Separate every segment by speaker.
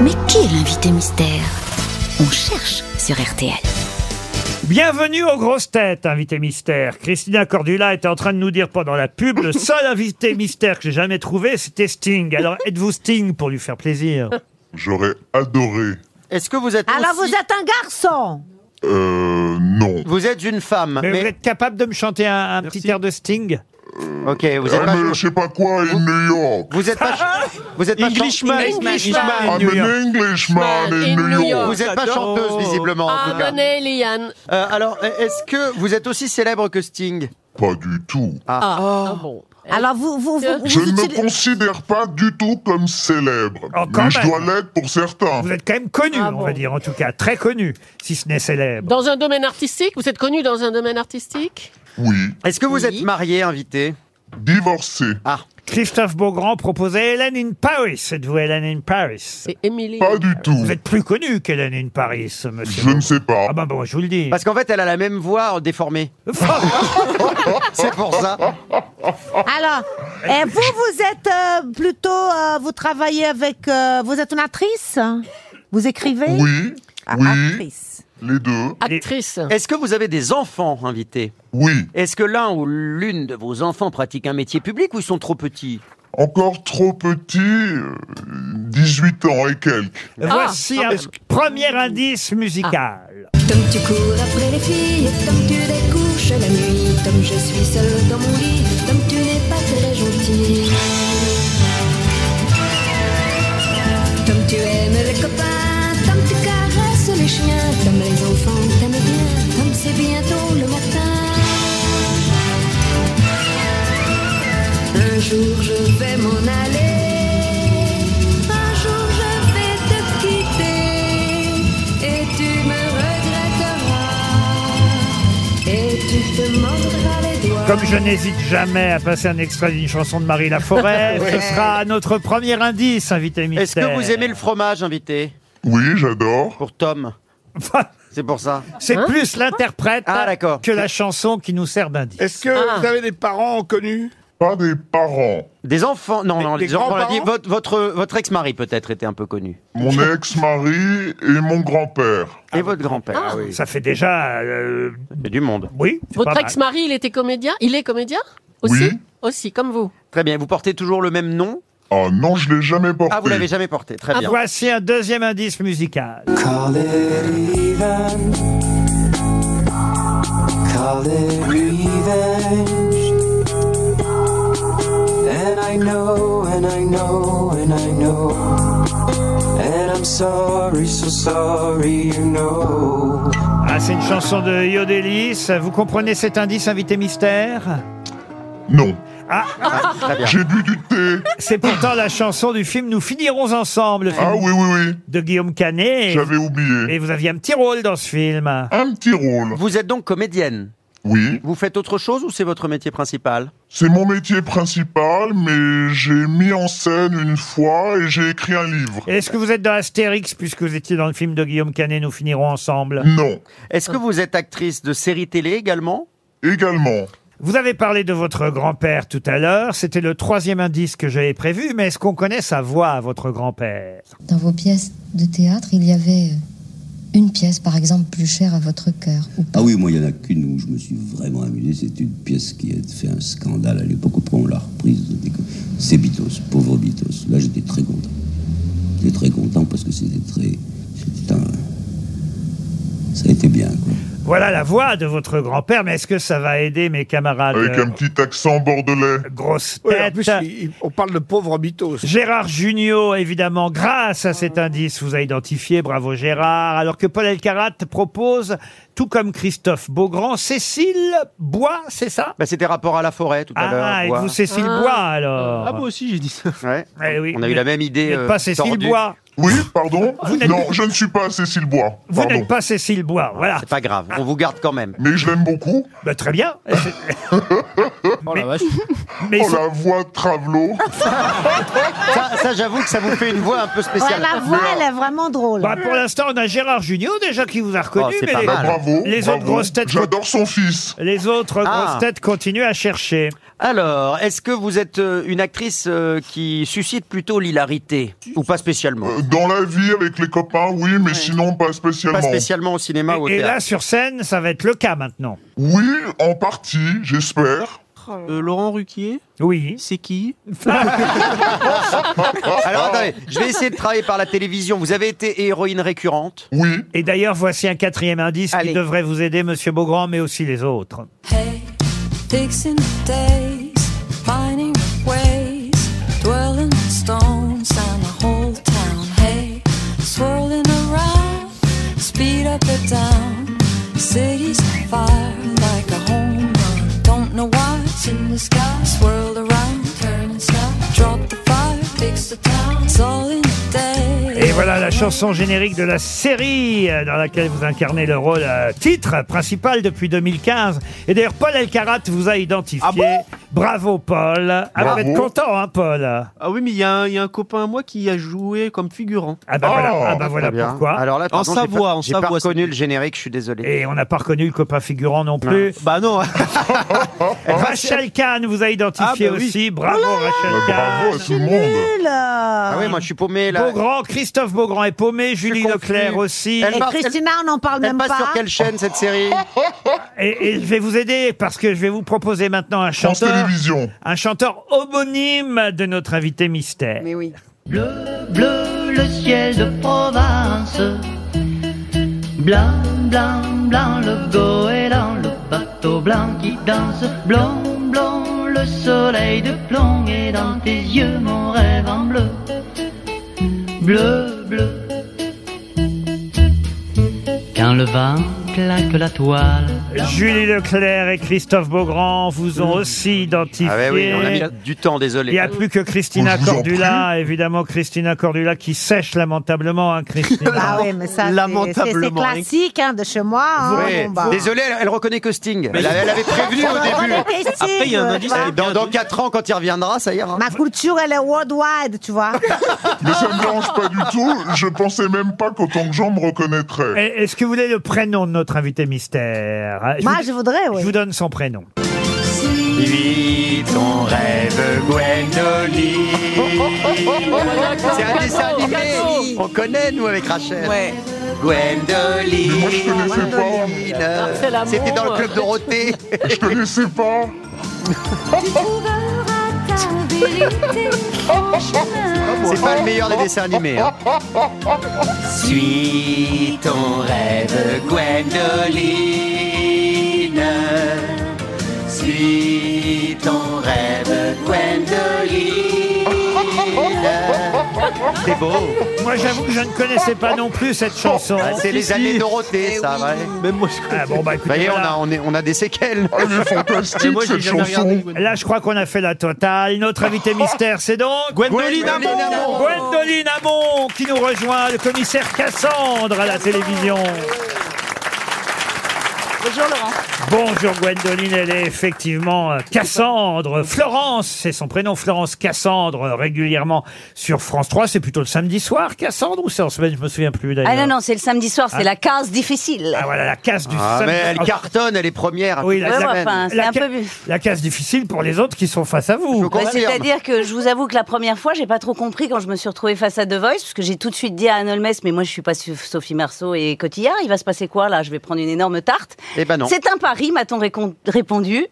Speaker 1: Mais qui est l'invité mystère On cherche sur RTL.
Speaker 2: Bienvenue aux grosses têtes, invité mystère. Christina Cordula était en train de nous dire pendant la pub, le seul invité mystère que j'ai jamais trouvé, c'était Sting. Alors êtes-vous Sting pour lui faire plaisir
Speaker 3: J'aurais adoré.
Speaker 4: Est-ce que vous êtes
Speaker 5: Alors
Speaker 4: aussi-
Speaker 5: vous êtes un garçon
Speaker 3: Euh, non.
Speaker 4: vous êtes une femme,
Speaker 2: mais,
Speaker 4: mais,
Speaker 2: vous êtes capable de me chanter un, un petit air de Sting
Speaker 4: ok, vous êtes
Speaker 3: Ah,
Speaker 4: pas,
Speaker 3: mais je sais pas quoi, in New York.
Speaker 4: vous êtes pas, vous êtes pas,
Speaker 6: Englishman,
Speaker 4: chan-
Speaker 6: Englishman.
Speaker 4: Englishman.
Speaker 2: Oh,
Speaker 3: I'm an Englishman in New York.
Speaker 4: vous êtes pas chanteuse visiblement
Speaker 6: Ah,
Speaker 5: Ah,
Speaker 4: en tout cas.
Speaker 6: Liane.
Speaker 4: Euh, alors, est-ce que vous êtes aussi célèbre que Sting
Speaker 3: Pas du tout.
Speaker 5: Ah. Alors vous vous vous,
Speaker 3: Ah. Je
Speaker 5: vous
Speaker 3: ne me
Speaker 5: utilisez-
Speaker 3: considère pas du tout comme célèbre.
Speaker 2: Oh, quand
Speaker 3: mais je
Speaker 2: même.
Speaker 3: dois l'être pour certains.
Speaker 2: Vous êtes quand même connu,
Speaker 6: Ah
Speaker 2: on
Speaker 6: bon.
Speaker 2: va dire, en tout cas, très connu, si ce n'est célèbre.
Speaker 6: Dans un domaine artistique Vous êtes connu dans un domaine artistique
Speaker 3: Oui.
Speaker 4: Est-ce que vous
Speaker 6: Oui.
Speaker 4: êtes marié, invité
Speaker 3: Divorcé.
Speaker 4: Ah,
Speaker 2: Christophe Beaugrand proposait Hélène in Paris. Êtes-vous Hélène in Paris
Speaker 6: C'est Émilie.
Speaker 3: Pas du tout.
Speaker 2: Vous êtes plus connu qu'Hélène in Paris, monsieur.
Speaker 3: Je ne sais pas.
Speaker 2: Ah ben bon, je vous le dis.
Speaker 4: parce qu'en fait, elle a la même voix déformée. C'est pour ça.
Speaker 5: alors et vous vous êtes euh, plutôt euh, vous travaillez avec euh, vous êtes une actrice hein? vous écrivez
Speaker 3: Oui.
Speaker 5: Ah,
Speaker 3: Oui.
Speaker 5: actrice
Speaker 3: Les deux.
Speaker 6: Actrice.
Speaker 4: Est-ce que vous avez des enfants invités
Speaker 3: Oui.
Speaker 4: Est-ce que l'un ou l'une de vos enfants pratique un métier public ou ils sont trop petits
Speaker 3: Encore trop petit, euh, 18 ans et quelques.
Speaker 2: Voici
Speaker 4: Ah,
Speaker 2: un
Speaker 4: est-ce que-
Speaker 2: premier indice musical.
Speaker 7: Tom, tu cours après les filles, Tom, tu découches la nuit, Tom, je suis seule dans mon lit, Tom, tu n'es pas très gentil. Tom, tu aimes les copains, Tom, tu caresses les chiens, Tom, les enfants t'aiment bien, Tom, c'est bientôt le matin. Un jour je vais m'en aller, un jour je vais te quitter, et tu me regretteras, et tu te mordras les doigts.
Speaker 2: Comme je n'hésite jamais à passer un extrait d'une chanson de Marie Laforêt, ce sera notre premier indice, invité mystère.
Speaker 4: Est-ce que vous aimez le fromage invité
Speaker 3: Oui, j'adore.
Speaker 4: pour Tom C'est pour ça.
Speaker 2: C'est plus l'interprète
Speaker 4: Hein Ah, d'accord.
Speaker 2: que la chanson qui nous sert d'indice.
Speaker 8: Est-ce que
Speaker 6: Ah.
Speaker 8: vous avez des parents connus
Speaker 3: Pas des parents.
Speaker 4: Des enfants Non, non,
Speaker 8: des
Speaker 4: les enfants, on l'a dit,
Speaker 8: grands-parents
Speaker 4: votre, votre, votre ex-mari peut-être était un peu connu.
Speaker 3: Mon ex-mari et mon grand-père.
Speaker 4: Et votre grand-père. Ah oui.
Speaker 2: Ça fait déjà... euh,
Speaker 4: C'est du monde.
Speaker 2: oui, c'est pas
Speaker 6: Votre
Speaker 2: mal.
Speaker 6: ex-mari, il était comédien Il est comédien Aussi
Speaker 3: Oui.
Speaker 6: Aussi, comme vous.
Speaker 4: Très bien. Vous portez toujours le même nom
Speaker 3: Ah non, je l'ai jamais porté.
Speaker 4: Ah, vous l'avez jamais porté. Très bien.
Speaker 2: Voici un deuxième indice musical.
Speaker 9: Call it even. Call it revenge. And I know, and I know, and I know. And I'm sorry, so sorry, you know.
Speaker 2: Ah, c'est une chanson de Yodelis. Vous comprenez cet indice, invité mystère
Speaker 3: Non.
Speaker 4: Ah, Très bien.
Speaker 3: J'ai bu du thé.
Speaker 2: C'est pourtant la chanson du film Nous finirons ensemble, le film
Speaker 3: Ah oui, oui, oui.
Speaker 2: de Guillaume Canet.
Speaker 3: J'avais
Speaker 2: Et
Speaker 3: oublié.
Speaker 2: vous aviez un petit rôle dans ce film.
Speaker 3: Un petit rôle.
Speaker 4: Vous êtes donc comédienne.
Speaker 3: Oui.
Speaker 4: Vous faites autre chose ou c'est votre métier principal
Speaker 3: C'est mon métier principal, mais j'ai mis en scène une fois et j'ai écrit un livre.
Speaker 2: Est-ce que vous êtes dans Astérix, puisque vous étiez dans le film de Guillaume Canet, Nous finirons ensemble
Speaker 3: Non.
Speaker 4: Est-ce que
Speaker 2: Ah.
Speaker 4: vous êtes actrice de séries télé également
Speaker 3: Également.
Speaker 2: Vous avez parlé de votre grand-père tout à l'heure. C'était le troisième indice que j'avais prévu, mais est-ce qu'on connaît sa voix, votre grand-père
Speaker 7: Dans vos pièces de théâtre, il y avait une pièce, par exemple, plus chère à votre cœur.
Speaker 10: Ah oui, moi, il n'y en a qu'une où je me suis vraiment amusé. C'est une pièce qui a fait un scandale à l'époque. Après, on l'a reprise. Dès que- C'est Bitos, pauvre Bitos. Là, j'étais très content. J'étais très content parce que c'était très. C'était un. Ça a été bien, quoi.
Speaker 2: Voilà la voix de votre grand-père, mais est-ce que ça va aider mes camarades
Speaker 3: Avec
Speaker 2: euh,
Speaker 3: un petit accent bordelais.
Speaker 2: grosses
Speaker 8: Oui, en
Speaker 2: têtes
Speaker 8: plus, il- il- on parle de pauvre mythos.
Speaker 2: Gérard Junior, évidemment, grâce à cet indice, vous a identifié, bravo Gérard, alors que Paul Elkarat propose, tout comme Christophe Beaugrand, Cécile Bois, c'est ça
Speaker 4: bah, C'était rapport à la forêt tout à l'heure.
Speaker 2: Ah, et
Speaker 4: Bois.
Speaker 2: vous Cécile
Speaker 6: Ah.
Speaker 2: Bois alors
Speaker 8: aussi j'ai dit ça.
Speaker 4: Ouais.
Speaker 2: Eh oui,
Speaker 4: On a eu
Speaker 2: mais-
Speaker 4: la même idée.
Speaker 2: Vous n'êtes
Speaker 4: euh,
Speaker 2: pas Cécile
Speaker 4: tordue.
Speaker 2: Bois,
Speaker 3: Oui, pardon
Speaker 2: n'êtes-
Speaker 3: Non, je ne suis pas Cécile Bois.
Speaker 2: vous
Speaker 3: Pardon.
Speaker 2: n'êtes pas Cécile Bois, voilà,
Speaker 4: C'est pas grave. On vous garde quand même.
Speaker 3: Mais je l'aime beaucoup.
Speaker 2: Bah, très bien. mais, mais
Speaker 3: Oh,
Speaker 2: son- Ah,
Speaker 3: la voix de Travelot.
Speaker 4: Ça, ça, j'avoue que ça vous fait une voix un peu
Speaker 5: Ouais,
Speaker 4: spéciale.
Speaker 5: la voix elle est vraiment drôle
Speaker 2: bah, pour l'instant, on a Gérard Junior déjà qui vous a reconnu,
Speaker 4: Oh, c'est
Speaker 2: mais
Speaker 4: pas
Speaker 2: les,
Speaker 3: Bah,
Speaker 4: mal.
Speaker 3: bravo.
Speaker 2: Les
Speaker 3: bravo.
Speaker 2: autres grosses têtes-
Speaker 3: J'adore son fils.
Speaker 2: les autres
Speaker 4: Ah.
Speaker 2: grosses têtes continuent à chercher.
Speaker 4: Alors, est-ce que vous êtes euh, une actrice euh, qui suscite plutôt l'hilarité Ou pas spécialement
Speaker 3: Euh, Dans la vie, avec les copains, oui, mais sinon pas spécialement.
Speaker 4: Pas spécialement au cinéma ou au
Speaker 2: Et
Speaker 4: théâtre.
Speaker 2: là, sur scène, ça va être le cas maintenant.
Speaker 3: Oui, en partie, j'espère.
Speaker 11: Laurent Ruquier
Speaker 2: Oui.
Speaker 11: C'est qui
Speaker 4: Alors attendez, je vais essayer de travailler par la télévision. Vous avez été héroïne récurrente.
Speaker 3: Oui.
Speaker 2: Et d'ailleurs, voici un quatrième indice qui devrait vous aider, Monsieur Beaugrand, mais aussi les autres.
Speaker 7: Fixing days, finding ways, dwelling on stones and the whole town. Hey, swirling around, speed up or down. Cities on fire like a home run. Don't know why it's in the sky. Swirl around, turn and stop. Drop the fire, fix the town. It's all in the day.
Speaker 2: Et voilà la chanson générique de la série euh, dans laquelle vous incarnez le rôle euh, titre principal depuis 2015. Et d'ailleurs, Paul Elkarat vous a identifié.
Speaker 4: Ah
Speaker 2: Bravo, Paul. Ah, vous
Speaker 11: Bravo.
Speaker 2: êtes content, hein, Paul
Speaker 11: Ah oui, mais il y, a un- il y a un copain à moi qui a joué comme figurant.
Speaker 2: Ah bah voilà, ah bah voilà pourquoi.
Speaker 4: Oh, Alors là,
Speaker 11: en
Speaker 4: pardon, j'ai
Speaker 11: Savoie,
Speaker 4: pas-
Speaker 11: en
Speaker 4: j'ai pas
Speaker 11: Savoie.
Speaker 4: reconnu le générique, je suis désolé.
Speaker 2: Et on n'a pas reconnu le copain figurant non plus.
Speaker 4: Ah,
Speaker 11: Bah non.
Speaker 2: Rachel Kahn vous a identifié
Speaker 4: Ah bah oui.
Speaker 2: aussi. Bravo,
Speaker 4: Oh là là.
Speaker 2: Rachel
Speaker 4: Mais
Speaker 2: Kahn.
Speaker 4: bravo à tout le monde. Ah
Speaker 5: euh,
Speaker 4: oui, moi je suis paumé là.
Speaker 2: Beaugrand, Christophe Beaugrand est paumé, Julie Leclerc aussi.
Speaker 5: Et Christina, on n'en parle
Speaker 4: elle
Speaker 5: même pas.
Speaker 4: passe sur quelle chaîne, cette série
Speaker 2: Oh. et, et je vais vous aider parce que je vais vous proposer maintenant un
Speaker 3: France
Speaker 2: chanteur.
Speaker 3: Télévisions.
Speaker 2: Un chanteur homonyme de notre invité mystère. Mais
Speaker 7: oui.
Speaker 6: Oh,
Speaker 12: bleu le ciel de province. Blanc, blanc, blanc le goéland, le bateau blanc qui danse. Blond, blond le soleil de plomb et dans tes yeux mon rêve en bleu. Bleu, bleu. Quand le vent claque la toile.
Speaker 2: Julie Leclerc et Christophe Beaugrand vous ont aussi identifié.
Speaker 4: Ah ouais, oui, on a mis du temps, désolé.
Speaker 2: Il n'y a plus que Christina
Speaker 4: Je vous en
Speaker 2: Cordula, évidemment Christina Cordula qui sèche lamentablement, hein, Christina.
Speaker 5: Ah oui, mais ça, c'est- c'est c'est
Speaker 2: Lamentablement.
Speaker 5: classique hein, de chez moi. hein,
Speaker 4: Ouais.
Speaker 5: bon, bah.
Speaker 4: Désolé, elle, elle reconnaît que Sting. Elle, elle avait prévenu au
Speaker 5: Elle
Speaker 4: début.
Speaker 5: reconnaît que Sting, Après, il y a un indice, voilà.
Speaker 4: Dans, 4 ans, quand il reviendra, ça ira.
Speaker 5: Ma culture, elle est worldwide, tu vois.
Speaker 3: Mais ça me dérange pas du tout. Je pensais même pas qu'autant de gens me reconnaîtraient.
Speaker 2: Et- Est-ce que vous voulez le prénom de notre invité mystère
Speaker 5: Moi,
Speaker 2: vous-
Speaker 5: je voudrais, oui.
Speaker 2: Je vous donne son prénom.
Speaker 4: Vis ton rêve,
Speaker 6: oh,
Speaker 4: Gwendoline. C'est un dessin animé. On connaît, nous, avec Rachel.
Speaker 7: Ouais.
Speaker 4: Gwendoline.
Speaker 7: Mais moi, je connaissais pas.
Speaker 4: Gwendoline.
Speaker 7: Marcel Amont.
Speaker 4: C'était dans le club Dorothée.
Speaker 3: Je connaissais pas.
Speaker 7: Tu trouveras ta vérité en chemin.
Speaker 4: C'est pas le meilleur des dessins animés. hein. Suis ton rêve, Gwendoline. Suis ton rêve, Gwendoline. C'est beau.
Speaker 2: Moi, j'avoue que je ne connaissais pas non plus cette chanson.
Speaker 4: Ah, c'est les années
Speaker 13: Eh
Speaker 4: Dorothée, ça, vrai.
Speaker 11: Même moi, je
Speaker 2: Ah, bon, bah, écoutez,
Speaker 4: Vous voyez, on
Speaker 2: voilà.
Speaker 4: a, on, est, on a des séquelles.
Speaker 13: Ah,
Speaker 3: Elle est Ah, fantastique, cette chanson.
Speaker 2: Là, je crois qu'on a fait la totale. Notre invité mystère, c'est donc
Speaker 11: Gwendoline Amont.
Speaker 2: Gwendoline Amont qui nous rejoint, le commissaire Cassandre à la télévision.
Speaker 13: Bonjour Laurent.
Speaker 2: Bonjour Gwendoline, elle est effectivement euh, Cassandre. Florence, c'est son prénom, Florence Cassandre, euh, régulièrement sur France 3. C'est plutôt le samedi soir, Cassandre, ou c'est en semaine, je me souviens plus d'ailleurs.
Speaker 13: Ah non, non, c'est le samedi soir, c'est
Speaker 2: Ah.
Speaker 13: la case difficile.
Speaker 2: Ah voilà, la casse du
Speaker 4: Ah,
Speaker 2: samedi.
Speaker 4: mais elle cartonne, elle est première.
Speaker 2: Oui, la,
Speaker 13: Ouais,
Speaker 2: la-
Speaker 13: ouais, enfin, c'est
Speaker 2: la
Speaker 13: un
Speaker 2: ca-
Speaker 13: peu vu.
Speaker 2: la casse difficile pour les autres qui sont face à vous.
Speaker 13: Bah, C'est-à-dire que je vous avoue que la première fois, j'ai pas trop compris quand je me suis retrouvée face à The Voice, parce que j'ai tout de suite dit à Anne Holmes, mais moi je suis pas Su- Sophie Marceau et Cotillard, il va se passer quoi là Je vais prendre une énorme tarte.
Speaker 4: Eh ben non.
Speaker 13: C'est un pari, m'a-t-on récon- répondu.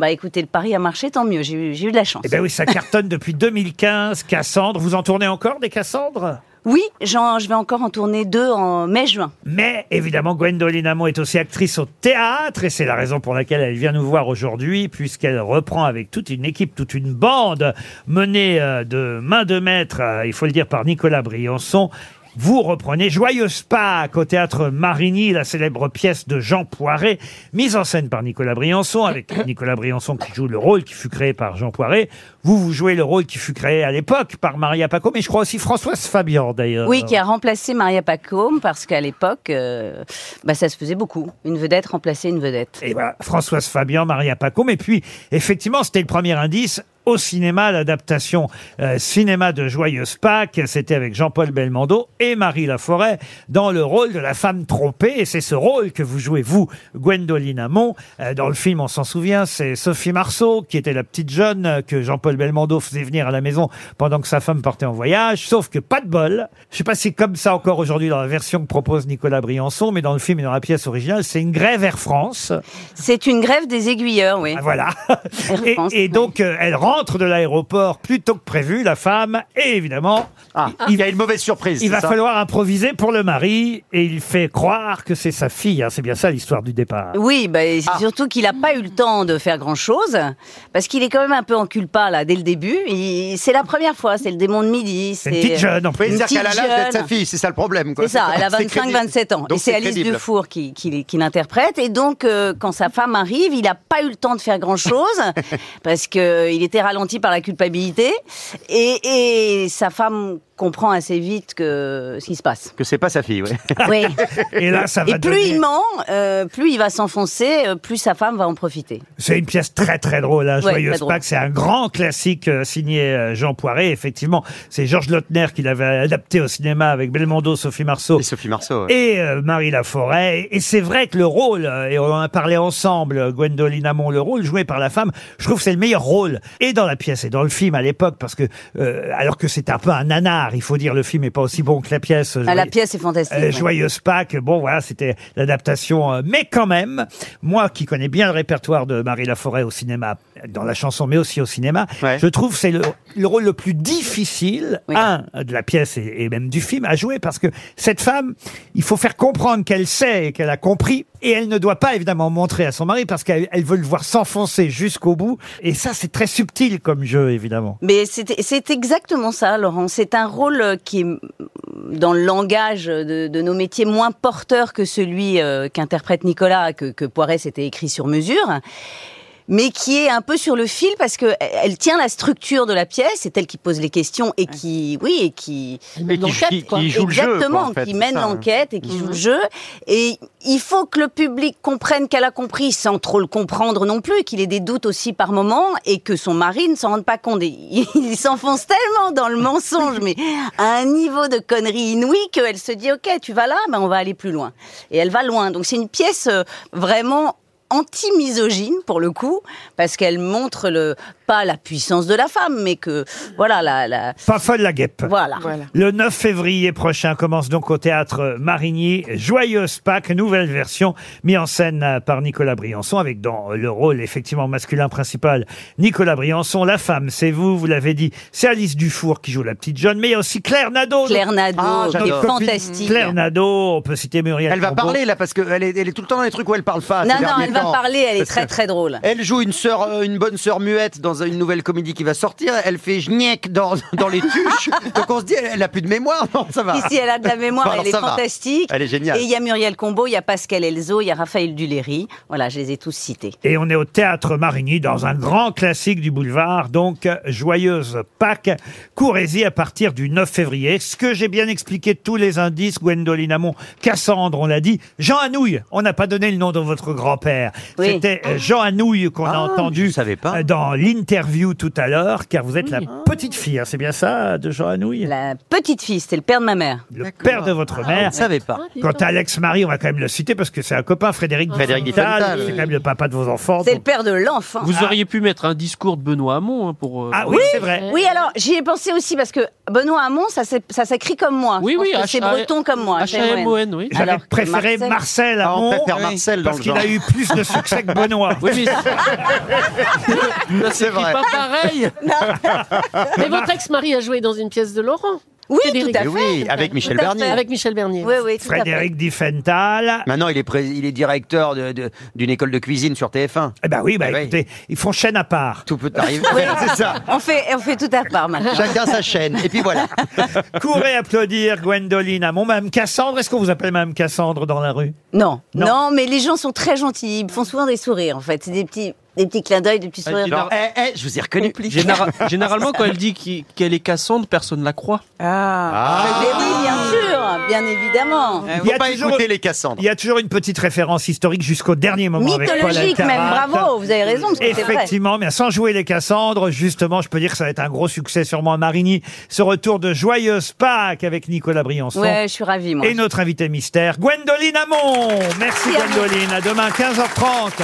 Speaker 13: bah écoutez, le pari a marché, tant mieux, j'ai eu, j'ai eu de la chance.
Speaker 2: Eh ben oui, ça cartonne depuis 2015, Cassandre. Vous en tournez encore des Cassandres
Speaker 13: Oui, j'en- je vais encore en tourner deux en mai-juin.
Speaker 2: Mais évidemment, Gwendoline Amont est aussi actrice au théâtre et c'est la raison pour laquelle elle vient nous voir aujourd'hui puisqu'elle reprend avec toute une équipe, toute une bande menée euh, de main de maître, euh, il faut le dire, par Nicolas Briançon. Vous reprenez Joyeuse Pâques au théâtre Marigny, la célèbre pièce de Jean Poiret, mise en scène par Nicolas Briançon, avec Nicolas Briançon qui joue le rôle qui fut créé par Jean Poiret. Vous, vous jouez le rôle qui fut créé à l'époque par Maria Paco, mais je crois aussi Françoise Fabian d'ailleurs.
Speaker 13: Oui, qui a remplacé Maria Pacôme, parce qu'à l'époque, euh, bah, ça se faisait beaucoup. Une vedette remplaçait une vedette.
Speaker 2: Et voilà, Françoise Fabian, Maria Pacôme. Et puis, effectivement, c'était le premier indice. au cinéma, l'adaptation euh, cinéma de Joyeuse Pâques. C'était avec Jean-Paul Belmondo et Marie Laforêt dans le rôle de la femme trompée. Et c'est ce rôle que vous jouez, vous, Gwendoline Amont. Euh, dans le film, on s'en souvient, c'est Sophie Marceau, qui était la petite jeune euh, que Jean-Paul Belmondo faisait venir à la maison pendant que sa femme partait en voyage. Sauf que pas de bol. Je sais pas si c'est comme ça encore aujourd'hui dans la version que propose Nicolas Briançon, mais dans le film et dans la pièce originale, c'est une grève Air France.
Speaker 13: C'est une grève des aiguilleurs, oui.
Speaker 2: Ah, Voilà. Et, et donc, euh, elle rentre de l'aéroport plus tôt que prévu, la femme, et évidemment...
Speaker 4: Ah,
Speaker 2: il y a une mauvaise surprise. Il
Speaker 4: c'est
Speaker 2: va
Speaker 4: ça
Speaker 2: falloir improviser pour le mari, et il fait croire que c'est sa fille. hein. C'est bien ça l'histoire du départ.
Speaker 13: Oui, bah, et c'est
Speaker 4: Ah.
Speaker 13: surtout qu'il n'a pas eu le temps de faire grand-chose, parce qu'il est quand même un peu en culpa, là, dès le début. Il- C'est la première fois, c'est euh, le démon de midi.
Speaker 4: C'est une petite jeune, en fait.
Speaker 13: Une
Speaker 4: C'est-à-dire
Speaker 13: petite
Speaker 4: qu'elle a l'âge d'être
Speaker 13: jeune.
Speaker 4: sa fille, c'est ça le problème. quoi.
Speaker 13: C'est ça, elle a
Speaker 4: C'est crédible.
Speaker 13: 25-27 ans.
Speaker 4: Donc
Speaker 13: et c'est Alice
Speaker 4: crédible.
Speaker 13: Dufour qui, qui, qui l'interprète. Et donc, euh, quand sa femme arrive, il n'a pas eu le temps de faire grand-chose, parce qu'il était ralenti par la culpabilité. Et, et sa femme comprend assez vite que ce qui se passe.
Speaker 4: Que c'est pas sa fille, ouais.
Speaker 13: Oui.
Speaker 2: Et là, ça va
Speaker 13: Et plus
Speaker 2: donner-
Speaker 13: il ment, euh, plus il va s'enfoncer, euh, plus sa femme va en profiter.
Speaker 2: C'est une pièce très très drôle, hein,
Speaker 13: Ouais,
Speaker 2: Joyeuse
Speaker 13: très drôle.
Speaker 2: Pâques. C'est un grand classique euh, signé euh, Jean Poiret. Effectivement, c'est Georges Lautner qui l'avait adapté au cinéma avec Belmondo, Sophie Marceau. Et
Speaker 4: Sophie Marceau.
Speaker 2: Et euh, Marie Laforêt. Et c'est vrai que le rôle, euh, et on en a parlé ensemble, euh, Gwendoline Amon, le rôle joué par la femme, je trouve que c'est le meilleur rôle. Et dans la pièce et dans le film à l'époque, parce que, euh, alors que c'est un peu un nanar, il faut dire, le film est pas aussi bon que la pièce.
Speaker 13: Ah, la
Speaker 2: Joyeuse-
Speaker 13: pièce est fantastique.
Speaker 2: euh,
Speaker 13: ouais.
Speaker 2: Joyeuse Pâques, bon voilà, c'était l'adaptation. euh, mais quand même, moi qui connais bien le répertoire de Marie Laforêt au cinéma, dans la chanson, mais aussi au cinéma, je trouve que c'est le, le rôle le plus difficile, un, de la pièce et, et même du film, à jouer, parce que cette femme, il faut faire comprendre qu'elle sait et qu'elle a compris, et elle ne doit pas évidemment montrer à son mari, parce qu'elle elle veut le voir s'enfoncer jusqu'au bout, et ça c'est très subtil comme jeu, évidemment.
Speaker 13: Mais c'est c'est exactement ça, Laurent. C'est un rôle qui est, dans le langage de, de nos métiers, moins porteur que celui euh, qu'interprète Nicolas, que, que Poiret s'était écrit sur mesure. Mais qui est un peu sur le fil parce que elle- elle tient la structure de la pièce, c'est elle qui pose les questions et qui, oui, et qui,
Speaker 4: Et qui- qui- qui joue le jeu, quoi,
Speaker 13: exactement,
Speaker 4: en fait,
Speaker 13: qui
Speaker 4: c'est
Speaker 13: mène
Speaker 4: ça. hein. Mhm.
Speaker 13: l'enquête et qui joue le jeu. Et il faut que le public comprenne qu'elle a compris, sans trop le comprendre non plus, qu'il ait des doutes aussi par moment et que son mari ne s'en rende pas compte. Et il il s'enfonce tellement dans le mensonge, mais à un niveau de connerie inouïe qu'elle se dit OK, tu vas là, mais on va aller plus loin. Et elle va loin. Donc c'est une pièce euh, vraiment anti-misogyne pour le coup, parce qu'elle montre le pas la puissance de la femme, mais que voilà la, la
Speaker 2: Pas folle la guêpe.
Speaker 13: voilà.
Speaker 2: Le 9 février prochain commence donc au théâtre Marigny Joyeuse Pâques, nouvelle version mise en scène euh, par Nicolas Briançon avec dans le rôle effectivement masculin principal Nicolas Briançon, la femme c'est vous, vous l'avez dit, c'est Alice Dufour qui joue la petite jeune, mais il y a aussi Claire Nadeau.
Speaker 13: Claire Nadeau, Oh, qui est
Speaker 2: notre copine
Speaker 13: fantastique.
Speaker 2: Claire Nadeau, on peut citer Muriel
Speaker 4: Ah,
Speaker 13: Ah,
Speaker 4: Elle va
Speaker 2: Combeau.
Speaker 4: parler là parce qu'elle est, elle est tout le temps dans les trucs où elle parle pas.
Speaker 13: Non,
Speaker 4: ces
Speaker 13: non,
Speaker 4: derniers
Speaker 13: elle va
Speaker 4: temps.
Speaker 13: parler, elle est
Speaker 4: Parce
Speaker 13: très,
Speaker 4: que
Speaker 13: très drôle.
Speaker 4: Elle joue une sœur, euh, une bonne sœur muette dans une nouvelle comédie qui va sortir. Elle fait gniec dans, dans les tuches. Donc on se dit, elle, elle a plus de mémoire. Non, ça va.
Speaker 13: Ici, elle a de la mémoire,
Speaker 4: Bon, alors
Speaker 13: elle est
Speaker 4: ça va.
Speaker 13: fantastique.
Speaker 4: Elle est géniale.
Speaker 13: Et il y a Muriel Combo, il y a Pascal Elzo, il y a Raphaël Duléry. Voilà, je les ai tous cités.
Speaker 2: Et on est au théâtre Marigny dans un grand classique du boulevard, donc joyeuse Pâques. Courez-y à partir du 9 février. Ce que j'ai bien expliqué tous les indices, Gwendoline Amon, Cassandre, on l'a dit. Jean Anouilh, on n'a pas donné le nom de votre grand-père. C'était euh, Jean Anouilh qu'on a entendu euh, dans l'interview tout à l'heure, car vous êtes la petite fille, hein, c'est bien ça, de Jean Anouilh
Speaker 13: La petite fille, c'était le père de ma mère.
Speaker 2: Le père de votre mère.
Speaker 13: on ne savait
Speaker 6: Ah,
Speaker 4: pas.
Speaker 2: Quant à Alex-Marie, on va quand même le citer parce que c'est un copain, Frédéric
Speaker 11: Frédéric
Speaker 2: Diefenthal,
Speaker 11: Diefenthal,
Speaker 2: C'est
Speaker 11: oui.
Speaker 2: quand même le papa de vos enfants.
Speaker 13: C'est le père de l'enfant.
Speaker 11: Vous auriez pu mettre un discours de Benoît Hamon hein, pour. euh,
Speaker 2: Ah
Speaker 11: pour-
Speaker 13: Oui, alors j'y ai pensé aussi parce que Benoît Hamon, ça s'est- ça s'écrit comme moi.
Speaker 11: Oui,
Speaker 13: Je pense
Speaker 11: oui,
Speaker 13: que
Speaker 11: H-
Speaker 13: C'est breton comme moi.
Speaker 11: H-A-M-O-N, oui.
Speaker 2: J'avais
Speaker 11: Alors que
Speaker 2: préféré
Speaker 11: Marcel-
Speaker 2: Marcel,
Speaker 11: Ah, on
Speaker 2: Hamon,
Speaker 11: préfère Marcel dans
Speaker 2: parce
Speaker 11: le
Speaker 2: qu'il
Speaker 11: genre.
Speaker 2: a eu plus de succès que Benoît.
Speaker 11: Oui, mais c'est
Speaker 4: vrai.
Speaker 11: pas pareil.
Speaker 6: Mais votre ex-mari a joué dans une pièce de Laurent.
Speaker 13: Oui,
Speaker 6: Frédéric.
Speaker 4: tout à fait, Oui, tout à avec fait. Michel Tout à Bernier. fait.
Speaker 6: Avec Michel Bernier.
Speaker 13: Oui, oui,
Speaker 2: Frédéric Diffenthal.
Speaker 4: Maintenant, il est, pré- il est directeur de- de- d'une école de cuisine sur TF1.
Speaker 2: Eh ben oui,
Speaker 11: Ah
Speaker 2: bah écoutez, ils font chaîne à part.
Speaker 4: Tout peut arriver.
Speaker 13: Oui.
Speaker 4: c'est ça.
Speaker 13: On fait, on fait tout à part maintenant.
Speaker 4: Chacun sa chaîne. Et puis voilà.
Speaker 2: Courez applaudir Gwendoline Hamon, Madame Cassandre. Est-ce qu'on vous appelle Madame Cassandre dans la rue
Speaker 13: Non. non, mais les gens sont très gentils. Ils me font souvent des sourires en fait. C'est des petits, des petits clins d'œil, des petits sourires.
Speaker 4: Genre, eh, eh, je vous ai reconnu.
Speaker 11: Généra-
Speaker 4: Ah. Eh
Speaker 11: Généralement, quand elle dit qu'il- qu'elle est Cassandre, personne ne la croit.
Speaker 13: Mais oui, bien sûr, bien évidemment.
Speaker 2: Il y a toujours- Il y a toujours une petite référence historique jusqu'au dernier moment. avec Paul
Speaker 13: Mythologique même,
Speaker 2: Alcarat.
Speaker 13: bravo, vous avez raison, parce que c'est vrai.
Speaker 2: Effectivement, mais sans jouer les Cassandres, justement, je peux dire que ça va être un gros succès sûrement à Marigny. Ce retour de Joyeuse Pâques avec Nicolas Briançon.
Speaker 13: Ouais, je suis ravie, moi.
Speaker 2: Et notre invité mystère, Gwendoline Amon. Merci,
Speaker 13: Merci à vous.
Speaker 2: Gwendoline. À demain, 15h30.